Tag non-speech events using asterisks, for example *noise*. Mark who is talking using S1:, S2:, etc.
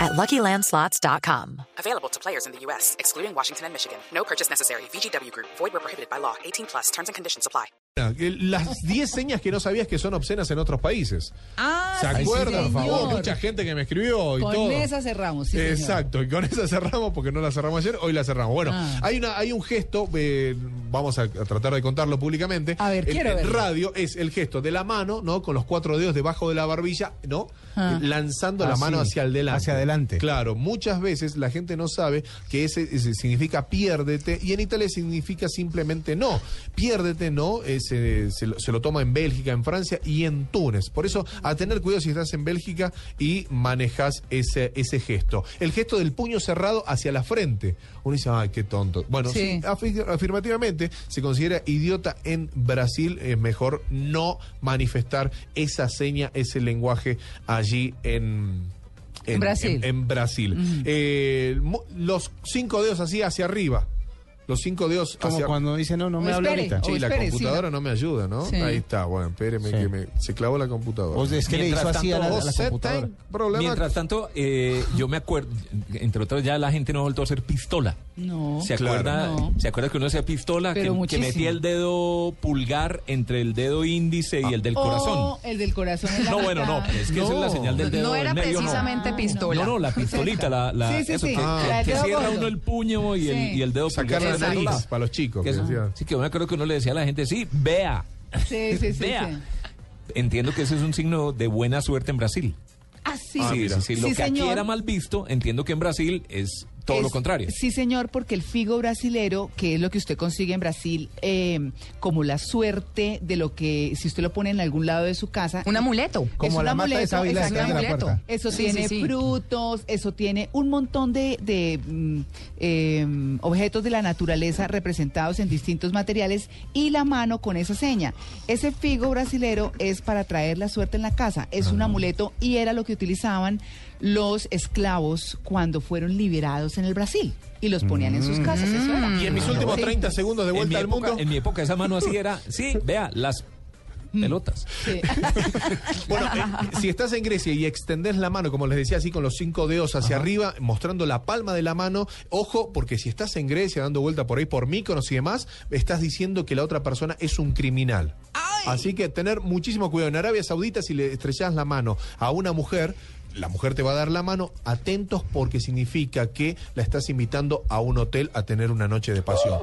S1: at luckylandslots.com.
S2: Available to players in the U.S., excluding Washington and Michigan. No purchase necessary. VGW Group, void were prohibited by law. 18 plus terms and conditions apply.
S3: *laughs*
S4: Las 10 señas que no sabías que son obscenas en otros países.
S3: Ah,
S4: ¿Se acuerdan,
S3: sí,
S4: por favor?
S3: señor.
S4: Mucha gente que me escribió y
S3: Con
S4: todo.
S3: esa cerramos, sí, señor.
S4: Exacto, y con esa cerramos porque no la cerramos ayer, hoy la cerramos. Bueno,
S3: Ah.
S4: hay una hay un gesto, eh, vamos a, a tratar de contarlo públicamente.
S3: A ver,
S4: En-
S3: quiero
S4: en
S3: verlo.
S4: radio es el gesto de la mano, ¿no? Con los cuatro dedos debajo de la barbilla, ¿no?
S3: Ah.
S4: Eh, Lanzando la
S5: Así,
S4: mano hacia el delante.
S5: hacia adelante.
S4: Claro, muchas veces la gente no sabe que ese, ese significa piérdete y en Italia significa simplemente no. Piérdete, no, eh, se, se lo, se lo toma en Bélgica, en Francia y en Túnez. Por eso, a tener cuidado si estás en Bélgica y manejas ese, ese gesto. El gesto del puño cerrado hacia la frente. Uno dice, ay, qué tonto. Bueno,
S3: Sí.
S4: sí, afi- afirmativamente se considera idiota en Brasil. Es mejor no manifestar esa seña, ese lenguaje allí en... En,
S3: En Brasil.
S4: en- en Brasil. Eh, mo- los cinco dedos así hacia arriba. Los cinco dedos
S5: Como
S4: hacia Ah,
S5: cuando dice, no, no me
S3: O
S5: habla
S3: espere.
S5: ahorita.
S4: Sí,
S3: Oh,
S4: la
S3: espere, sí,
S4: computadora no me ayuda, ¿no?
S3: Sí.
S4: Ahí está, bueno, espéreme
S5: Sí.
S4: que me, se clavó la computadora.
S5: O es que le hizo
S6: Mientras
S5: así a la,
S6: tanto,
S5: a la
S4: Vos set
S5: computadora.
S4: time, problema-
S6: Mientras tanto, eh, yo me acuerdo, entre otras, ya la gente no volvió a ser pistola.
S3: No.
S6: ¿Se
S4: Claro.
S6: acuerda,
S3: No.
S6: ¿Se acuerda que uno hacía pistola? Que,
S3: Pero
S6: que
S3: muchísimo.
S6: metía el dedo pulgar entre el dedo índice y el del
S3: O
S6: corazón.
S3: el del corazón. en la
S6: No, bueno, no,
S3: mitad.
S6: pero es que esa es la señal del dedo.
S7: No
S6: del
S7: era
S6: medio,
S7: precisamente
S6: no.
S7: pistola.
S6: No, no, la pistolita, la, la-
S3: Sí, sí,
S6: eso,
S3: sí.
S6: que,
S3: Ah.
S6: que-
S3: La del
S6: que
S3: dedo
S6: cierra
S3: gordo.
S6: uno el puño y, el,
S3: Sí.
S6: y el dedo
S4: Sacar
S6: pulgar.
S4: la
S6: hacia otro
S4: nariz
S6: lado.
S4: para los chicos.
S6: Que
S4: que
S6: es-
S4: decía.
S6: sí, que yo me acuerdo que uno le decía a la gente, sí, vea.
S3: Sí, sí, sí, sí.
S6: *laughs* vea. Entiendo que ese es un signo de buena suerte en Brasil.
S3: Ah, sí.
S6: sí, sí, sí, Lo
S3: Sí,
S6: que aquí
S3: señor.
S6: era mal visto, entiendo que en Brasil es todo lo
S3: Es-
S6: contrario.
S3: Sí, señor, porque el figo brasilero, que es lo que usted consigue en Brasil, eh, como la suerte de lo que, si usted lo pone en algún lado de su casa,
S7: Un amuleto.
S3: Es
S5: Como
S3: un
S5: la mata de
S3: amuleto,
S5: sábila detrás
S3: es un
S5: de la
S7: amuleto.
S5: puerta.
S3: Eso
S7: Sí,
S3: tiene
S7: sí, sí.
S3: frutos, eso tiene un montón de, de, mm, eh, objetos de la naturaleza representados en distintos materiales y la mano con esa seña. Ese figo brasilero es para traer la suerte en la casa, es
S5: Ah.
S3: un amuleto y era lo que utilizaban los esclavos cuando fueron liberados en el Brasil y los ponían en sus casas. eso era.
S4: Mm. Y en mis últimos
S3: Sí.
S4: 30 segundos de
S6: en, mi
S4: vuelta al
S6: época,
S4: mundo.
S6: en mi época esa mano así era, sí, vea, las
S3: Mm.
S6: pelotas.
S3: Sí.
S4: Bueno, eh, si estás en Grecia y extendés la mano, como les decía, así con los cinco dedos hacia arriba, mostrando la palma de la mano, ojo, porque si estás en Grecia dando vuelta por ahí, por Míconos y demás, estás diciendo que la otra persona es un criminal. Así que tener muchísimo cuidado. En Arabia Saudita, si le estrellás la mano a una mujer, la mujer te va a dar la mano, atentos porque significa que la estás invitando a un hotel a tener una noche de pasión.